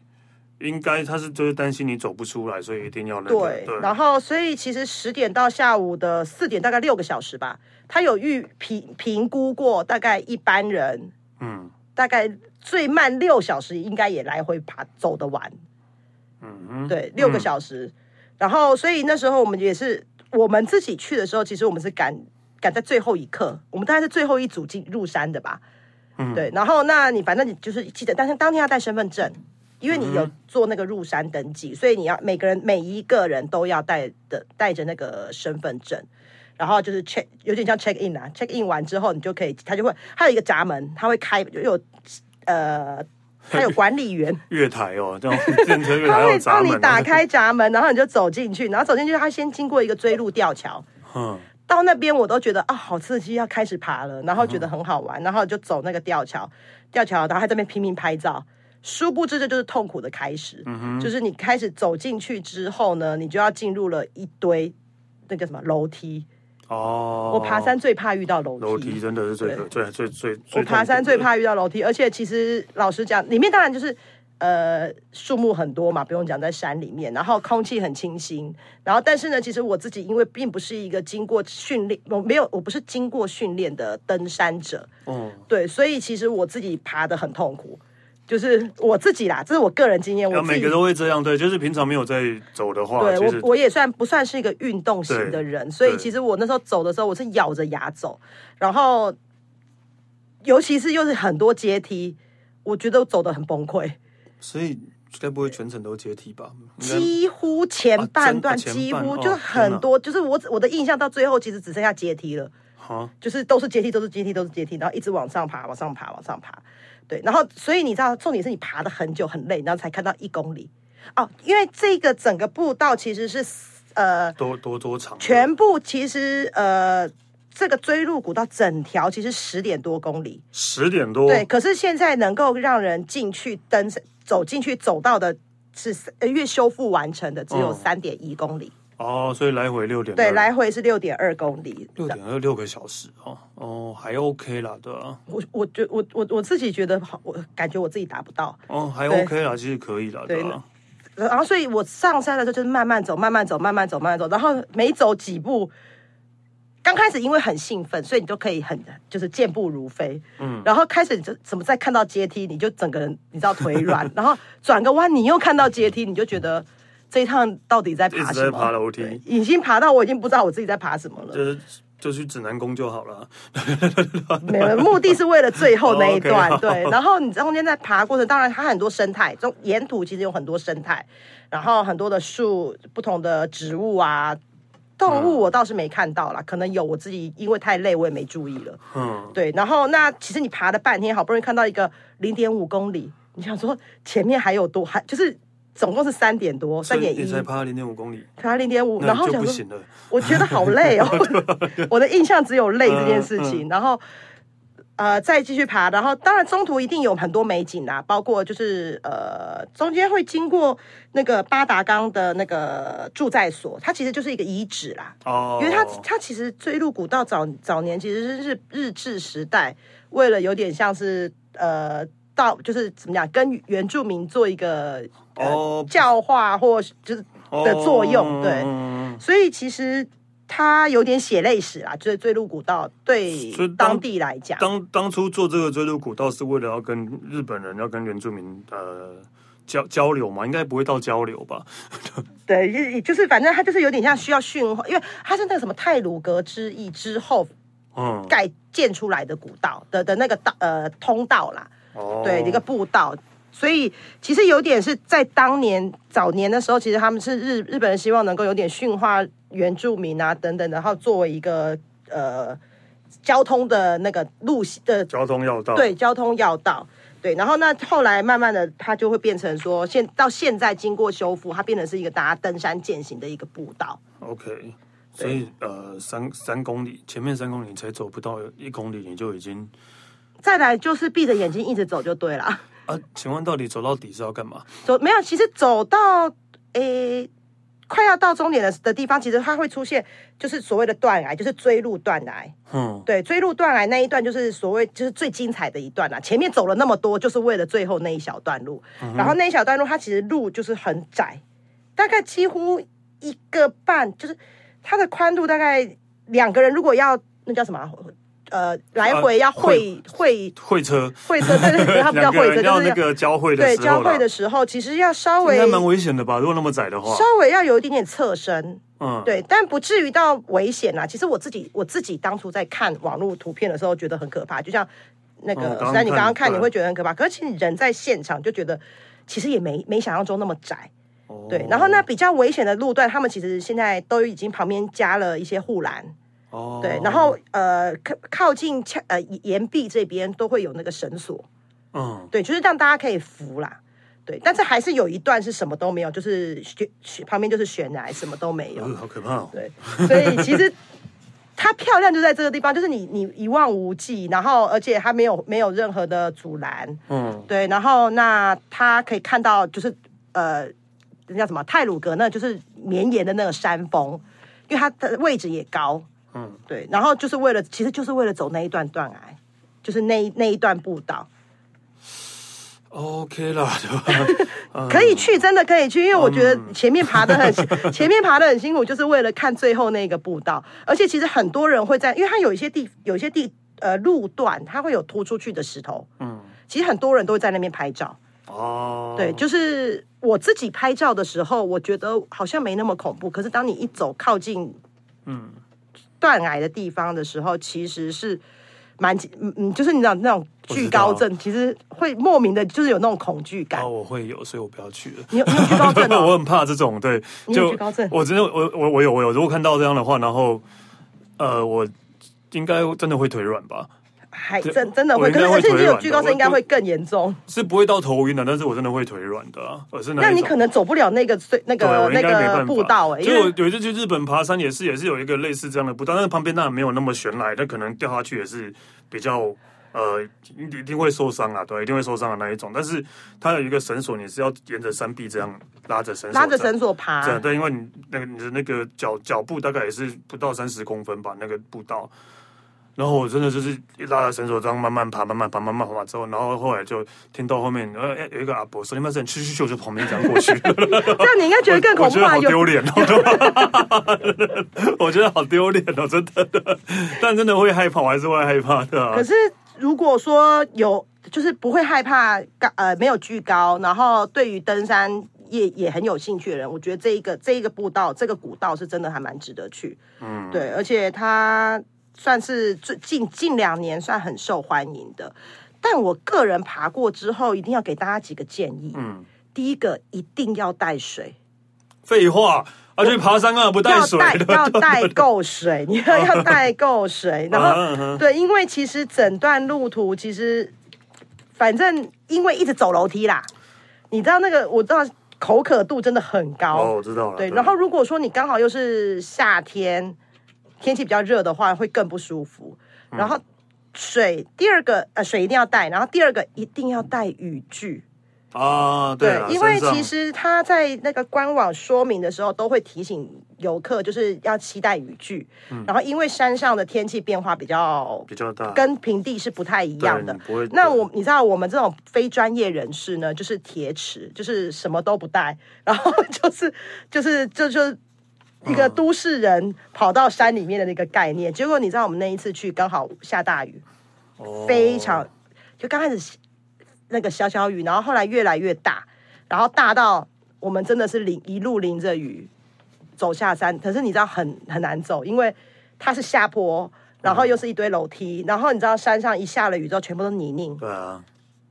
应该他是就是担心你走不出来，所以一定要那个
对。然后，所以其实十点到下午的四点，大概六个小时吧。他有预评评估过，大概一般人
嗯
大概最慢六小时，应该也来回爬走得完。
嗯嗯，
对，六个
嗯
小时。然后，所以那时候我们也是我们自己去的时候，其实我们是赶赶在最后一刻，我们大概是最后一组进入山的吧。
嗯
对，然后那你反正你就是记得，但是当天要带身份证，因为你
嗯
有做那个入山登记，所以你要每个人每一个人都要带的带着那个身份证。然后就是 check，有点像 check in 啊，check in 完之后你就可以，他就会，还有一个闸门，他会开，有有呃，他有管理员，
月台哦，这样
<laughs>
电车月台
他
还有
会
闸
帮
门、
你
啊，
打开闸门，然后你就走进去，然后走进去，他先经过一个追路吊桥，
嗯，
到那边我都觉得啊、好刺激，要开始爬了，然后觉得很好
嗯
玩，然后就走那个吊桥，吊桥，然后还在那边拼命拍照。殊不知，这就是痛苦的开始。
嗯
就是你开始走进去之后呢，你就要进入了一堆那叫什么楼梯。
哦，
我爬山最怕遇到楼梯，
楼梯真的是最可最最最最
我爬山
痛
最
苦的
怕遇到楼梯，而且其实老实讲，里面当然就是呃树木很多嘛，不用讲，在山里面，然后空气很清新，然后但是呢，其实我自己因为并不是一个经过训练，我没有，我不是经过训练的登山者，
哦，
对，所以其实我自己爬的很痛苦，就是我自己啦，这是我个人经验，我
要
自
每
己
个。都会这样，对，就是平常没有在走的话，
对
啊其
我
实，
我也算不算是一个运动型
对
的人，所以
对
其实我那时候走的时候，我是咬着牙走，然后尤其是又是很多阶梯，我觉得我走得很崩溃，
所以该不会全程都阶梯吧？应该
几乎前
啊
半
真
段
啊前
几
半
乎
哦
就是很多，就是我我的印象到最后其实只剩下阶梯了。
哈，
就是都是阶梯，都是阶梯，都是阶梯，然后一直往上爬，往上爬，往上爬。对，然后所以你知道，重点是你爬的很久很累，然后才看到一公里哦，因为这个整个步道其实是呃
多多多长？啊
全部其实呃，这个追路古道整条其实十点多公里，
十点多，
对。可是现在能够让人进去登山走进去走到的是呃，因为修复完成的只有
嗯
三点一公里，
哦，所以来回六点
对，来回是六点二公里。
六点二六个小时哦，哦，还 OK 啦，对啊，
我我觉我我我自己觉得好，我感觉我自己达不到。
哦，还
对
OK 啦，其实可以啦，
对
对啊，
然后所以我上山的时候就是慢慢走，慢慢走，慢慢走，慢慢走，然后每走几步。刚开始因为很兴奋，所以你就可以很就是健步如飞，嗯，然后开始你就怎么再看到阶梯，你就整个人你知道腿软，然后转个弯你又看到阶梯，你就觉得这一趟到底在
一
爬
直
什么？
在爬楼梯
对已经爬到我已经不知道我自己在爬什么了。
就是就去指南宫就好了，
没有，目的是为了最后那一段。
哦，OK，
对，然后你中间在爬过程，当然它很多生态，中沿途其实有很多生态，然后很多的树、不同的植物啊。动
嗯
物我倒是没看到啦，可能有我自己因为太累，我也没注意了。
嗯，
对，然后那其实你爬了半天，好不容易看到一个零点五公里，你想说前面还有多，还就是总共是三点多，
所
<laughs> 三
以
点
你
一，
才爬零点五公里，
爬零点五，
那
然
你
后
就
想
不
说
行了，
我觉得好
<laughs>
累哦，我的印象只有
嗯
累这件事情，然后。呃，再继续爬，然后当然中途一定有很多美景啦，包括就是呃，中间会经过那个八达冈的那个住在所，它其实就是一个遗址啦，
哦，
因为它它其实追入古道早早年其实是日日治时代，为了有点像是呃到就是怎么讲，跟原住民做一个呃、
哦
教化或是就是的作用，对，
对，
所以其实它有点血泪史啦，就是追鹿古道对
所以当
当地来讲，
当当初做这个追路古道是为了要跟日本人要跟原住民呃。交交流嘛，应该不会到交流吧？
对，也就是反正它就是有点像需要驯化，因为它是那个什么泰鲁格之役之后
嗯，
盖建出来的古道的的那个道呃通道啦，
哦
对，一个步道。所以其实有点是在当年早年的时候，其实他们是日日本人希望能够有点驯化原住民啊等等，然后作为一个呃交通的那个路的
交通要道，
对交通要道。对，然后那后来慢慢的，它就会变成说，现到现在经过修复，它变成是一个大家登山健行的一个步道。
，OK。所以呃，三三公里，前面三公里你才走不到一公里，你就已经
再来就是闭着眼睛一直走就对了，
啊？请问到底走到底是要干嘛？
走没有，其实走到诶快要到终点的的地方，其实它会出现就是所谓的断崖，就是追路断崖。
嗯，
对，追路断崖那一段就是所谓就是最精彩的一段啦。前面走了那么多，就是为了最后那一小段路。
嗯
然后那一小段路，它其实路就是很窄，大概几乎一个半，就是它的宽度大概两个人如果要那叫什么啊？呃，来回要会会
会车，
会车，对对对，它不叫
两个
会车，
人
就
要
是
那个交汇的
对
时候
交
啦，
汇的时候，其实要稍微
应该蛮危险的吧？如果那么窄的话，
稍微要有一点点侧身，
嗯，
对，但不至于到危险啦。其实我自己我自己当初在看网络图片的时候，觉得很可怕，就像那
嗯
个
刚刚
虽然你
看
刚刚看你
对
会觉得很可怕，可是其实人在现场就觉得其实也没没想象中那么窄。
哦
对，然后那比较危险的路段，他们其实现在都已经旁边加了一些护栏，
哦，
对，然后呃靠靠近恰呃岩壁这边都会有那个绳索，
嗯，
对，就是让大家可以扶啦。对，但是还是有一段是什么都没有，就是悬悬旁边就是悬崖，什么都没有。
呃好可怕哦，
对，所以其实它漂亮就在这个地方， <laughs> 就是你你一望无际，然后而且它没有没有任何的阻拦，
嗯，
对，然后那它可以看到就是呃，那叫什么泰鲁格那就是绵延的那个山峰，因为它的位置也高，嗯
嗯，
对，然后就是为了其实就是为了走那一段断崖，就是那一那一段步道。
OK 啦，对吧？
可以去，真的可以去，因为我觉得
嗯
前面爬的很，
<laughs>
前面爬的很辛苦，就是为了看最后那个步道。而且其实很多人会在，因为它有一些地，有一些地呃路段，它会有凸出去的石头。
嗯，
其实很多人都会在那边拍照。
哦，
对，就是我自己拍照的时候，我觉得好像没那么恐怖。可是当你一走靠近，嗯
嗯，
断崖的地方的时候，其实是蛮紧，嗯嗯，就是你知道那种
我知道
惧高症，其实会莫名的，就是有那种恐惧感
啊，。我会有，所以我不要去了。
你有你有惧高症哦？
<laughs> 我很怕这种，对，
你有
就
惧高症
我真的，我我我有我有，如果看到这样的话，然后呃，我应该真的会腿软吧，
还
对
真真的
我
会，
应
可
该
是而
会
且
腿
你有
软
惧
的
高症，
我
应该
就
会更严重。
是不会到头晕的，但是我真的会腿软的、啊，而是那一
那你
种
可能走不了那个最那
对，啊
个
我
呃那
应该没办
个
法
步道哎、
就
因
我
为
有一次去日本爬山也是，也是有一个类似这样的步道，但是旁边当然没有那么悬崖，但可能掉下去也是比较呃一定会受伤啊，对，一定会受伤的那一种。但是它有一个绳索，你是要沿着山壁这样拉着绳索，
拉着绳索啊
这样
爬，
对，因为你那个你的那个脚脚步大概也是不到三十公分吧，那个步道。然后我真的就是一拉着绳索这样慢慢爬，慢慢爬，慢慢爬之后，然后后来就听到后面呃哎有一个阿伯说：“你们是去去去！”我就旁边这样过去 <laughs> 了。
这样你应该觉得更
我
恐
觉
怖
得
吧？
好
有
丢脸哦， <laughs> 我觉得好丢脸哦，真的，但真的会害怕，我还是会害怕的啊、
可是如果说有，就是不会害怕高呃没有惧高，然后对于登山也也很有兴趣的人，我觉得这一个这一个步道这个古道是真的还蛮值得去。嗯，对，而且它算是最近近两年算很受欢迎的。但我个人爬过之后，一定要给大家几个建议。嗯，第一个一定要带水。
废话，啊，去爬山啊，不带水
要带
<laughs>
要
的，
带够水，
<laughs>
你要要带够水，然
啊嗯嗯
后对，因为其实整段路途其实反正因为一直走楼梯啦，你知道那个我知道口渴度真的很
哦，
高，
我知道了，
对，然后如果说你刚好又是夏天，天气比较热的话，会更不舒服。
嗯
然后水，第二个呃水一定要带，然后第二个一定要带雨具。
啊，对
对
啊，，
因为
身上
其实他在那个官网说明的时候，都会提醒游客就是要期待雨具。然后，因为山上的天气变化比较
嗯比较大，
跟平地是不太一样的
对你不会。
那我你知道，我们这种非专业人士呢，就是铁齿，就是什么都不带，然后 <laughs> 就是就是就就。一
嗯
个都市人跑到山里面的那个概念，结果你知道我们那一次去刚好下大雨，
哦
非常，就刚开始那个小小雨，然后后来越来越大，然后大到我们真的是淋一路淋着雨走下山，可是你知道很很难走，因为它是下坡，然后又是一堆楼梯，然后你知道山上一下了雨之后全部都泥泞，
对啊，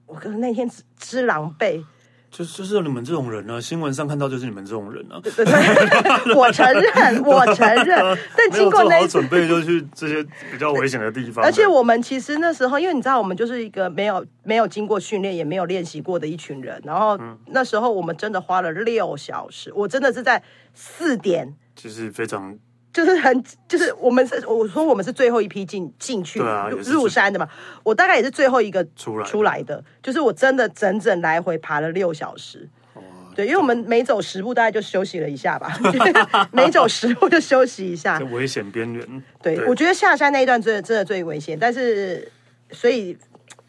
我可能那天之之狼狈，
就是就是你们这种人呢、新闻上看到就是你们这种人啊。
对对 <laughs> 我承认，我承认。
<laughs>
但
没有
经过
做
那一
好
次，
准备就去这些比较危险的地方，
<laughs> 而且我们其实那时候，因为你知道，我们就是一个没有没有经过训练，也没有练习过的一群人。然后
嗯
那时候我们真的花了六小时，我真的是在四点，
就是非常
就是很就是我们是我说我们是最后一批进进去
对啊
入
也是
入山的嘛，我大概也是最后一个
出来
出来的，就是我真的整整来回爬了六小时。
哦
对，因为我们每走十步大概就休息了一下吧， <laughs> 每走十步就休息一下
在。危险边缘。
对，我觉得下山那一段真的真的最危险，但是所以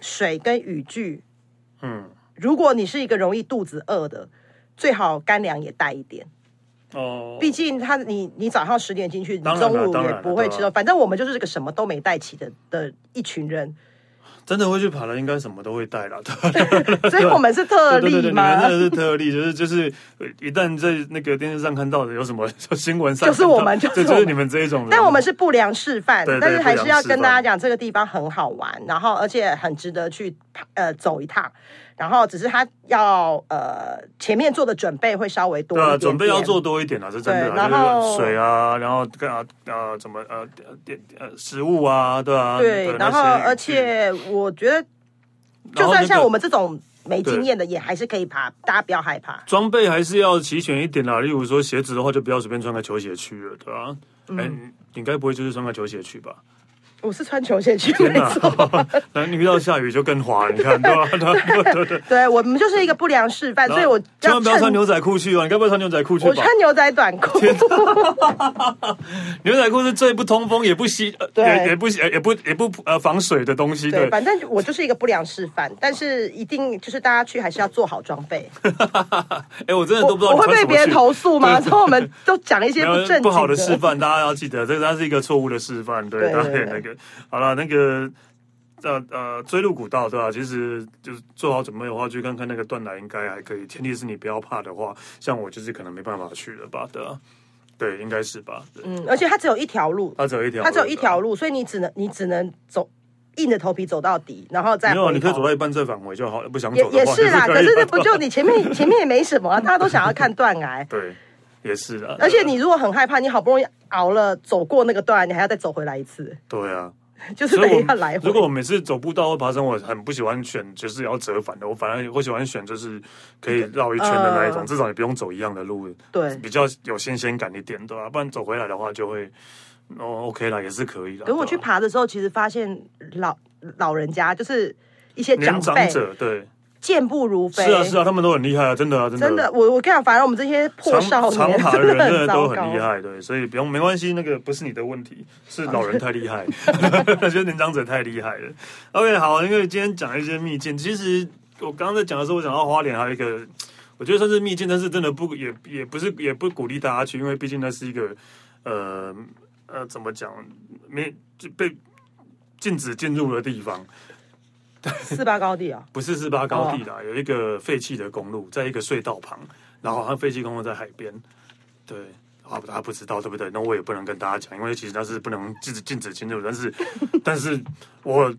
水跟雨具，
嗯，
如果你是一个容易肚子饿的，最好干粮也带一点。
哦，
毕竟他你你早上十点进去，你
当然
中
啦
午
当
也
然啦
不会
对啊
吃到，反正我们就是个什么都没带齐的的一群
<laughs>
人，
真的会去爬的，应该什么都会带啦。对
<laughs> 所以我们是特
对对对，
例
你们
嘛
真的。是特例，就是就是，呃一旦在那个电视上看到的有什么 <laughs> 就新闻上看到，
就是我们就是
对
我
就是
们
你们这一种人。
但我们是不良示范，
对对
但是还是要
不良
跟
示范
大家讲，这个地方很好玩，然后而且很值得去呃走一趟。然后只是他要呃前面做的准备会稍微多
对
一点
啊，
点
准备要做多一点啊，是真的
对
啊，
然后
就是水啊，然后跟啊啊怎么呃电呃食物啊，对啊，
对，然后
那些
而且我觉得，
然
就
后
算
那
像
个
我们这种没经验的，也还是可以爬，大家不要害怕。
装备还是要齐全一点啊啦。例如说鞋子的话，就不要随便穿个球鞋去了，对啊。
嗯
哎、你你该不会就是穿个球鞋去吧？
我是穿球鞋去，
天
没
哪
错，！
<laughs> 那你遇到下雨就更滑，你看对啊吧、对对对对。
对我们就是一个不良示范，所以我
啊千万不要
趁
穿牛仔裤去哦，你该不会穿牛仔裤去
我
吧
穿？牛仔短裤，
牛仔裤是最不通风，也不吸，呃
对
也也不吸，呃也不也不呃防水的东西，
对，
对。
反正我就是一个不良示范，但是一定就是大家去还是要做好装备。
<laughs> 哎，我真的
我
都不知道
我
你穿
会被
什么
别人
去
投诉吗？说
<laughs>
我们都讲了一些
没
不
有
正经
不好的示范，大家要记得，这个它是一个错误的示范，对，
对
大家
对
也那个好了，那个呃呃追路古道对吧、其实就是做好准备的话，去看看那个断崖应该还可以，前提是你不要怕的话，像我就是可能没办法去了吧，对啊，对，应该是吧，对
嗯，而且它只有一条路，
它只啊有一条路，嗯
它只有一条路，所以你只能你只能走硬着头皮走到底，然后
对
再
啊。没有，
回
你可以
头
走到一半再返回就好了，不想
也
走的
也
话
是啦，
就
可
以啊
是那
了
不就你前
<laughs>
面前面也没什么、啊，大家都想要看断崖，
对，也是啦，
而且
对啊
你如果很害怕，你好不容易熬了走过那个断崖，你还要再走回来一次，
对啊。
<laughs> 就是
所以
等
我
一下来回
如。果我每次走步道或爬山，我很不喜欢选就是要折返的，我反而会喜欢选就是可以绕一圈的那一种，
嗯
至少你不用走一样的路，
对，
比较有新鲜感一点，对吧、啊不然走回来的话就会。哦，OK 啦，也是可以的。
可是我去
对吧啊
爬的时候，其实发现老老人家就是一些
年
长
长
辈
者，对，
健步如飞，
是啊，是啊，他们都很厉害啊，真的啊，真的，
真的，我我跟你讲，反而我们这些破
长
少
长
年
爬的人真的
糟
都
糕
很厉。害，对，所以不用没关系，那个不是你的问题，是老人太厉害， <laughs> 就是年长者太厉害了。OK，好，因为今天讲一些秘境，其实我刚刚在讲的时候，我讲到花莲还有一个，我觉得算是秘境，但是真的不也也不是也不鼓励大家去，因为毕竟那是一个呃呃怎么讲，没就被禁止进入的地方。
四八
<laughs>
高地啊，
不是四八高地
哦
啦，有一个废弃的公路，在一个隧道旁，然后好像废弃公路在海边，对。啊，大家不知道对不对？那我也不能跟大家讲，因为其实那是不能禁止禁止进入，但
<laughs>
是，但是我，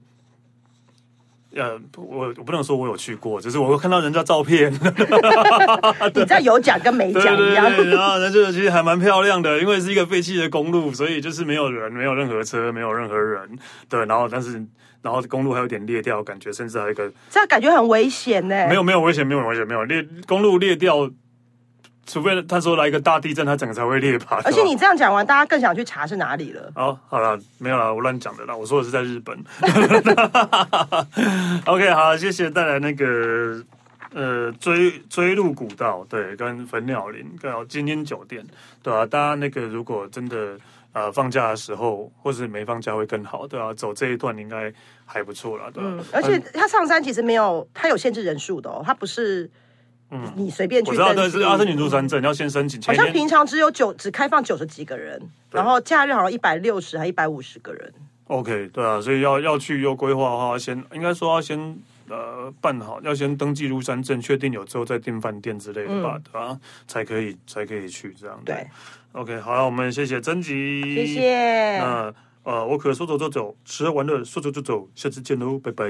呃，我我不能说我有去过，只是我看到人家照片， <laughs>
你知道有奖跟没
对
奖一
对
样。
对，然后那就其实还蛮漂亮的，因为是一个废弃的公路，所以就是没有人，没有任何车，没有任何人，对。然后但是，然后公路还有点裂掉，感觉甚至还有一个
这样感觉很危险呢。
没有没有危险，没有危险，没有裂公路裂掉，除非他说来一个大地震，它整个才会裂吧。
而且
对吧
你这样讲完，大家更想去查是哪里了。
哦，好了，没有啦，我乱讲的啦，我说的是在日本。OK，好，谢谢带来那个呃追追路古道，对，跟粉鸟林，跟金鹰酒店，对啊，大家那个如果真的呃放假的时候，或是没放假会更好，对啊，走这一段应该还不错啦，对吧、啊
嗯，而且它上山其实没有，它有限制人数的哦，它不是你随便
嗯
去
我知道，
登
但
记。
是阿森女入山证要先申请，
嗯好
前一
像
天
平常只有九，只开放九十几个人，然后假日好像一百六十还一百五十个人。
OK，对啊，所以要要去又规划的话，先应该说要先呃办好，要先登记入山证，确定有之后再订饭店之类的吧，对啊，才可以才可以去这样。
嗯对，
，OK，好了，我们谢谢曾吉，
谢。谢。
嗯那呃，我可说走就走，吃喝玩乐说走就走，下次见喽，拜拜。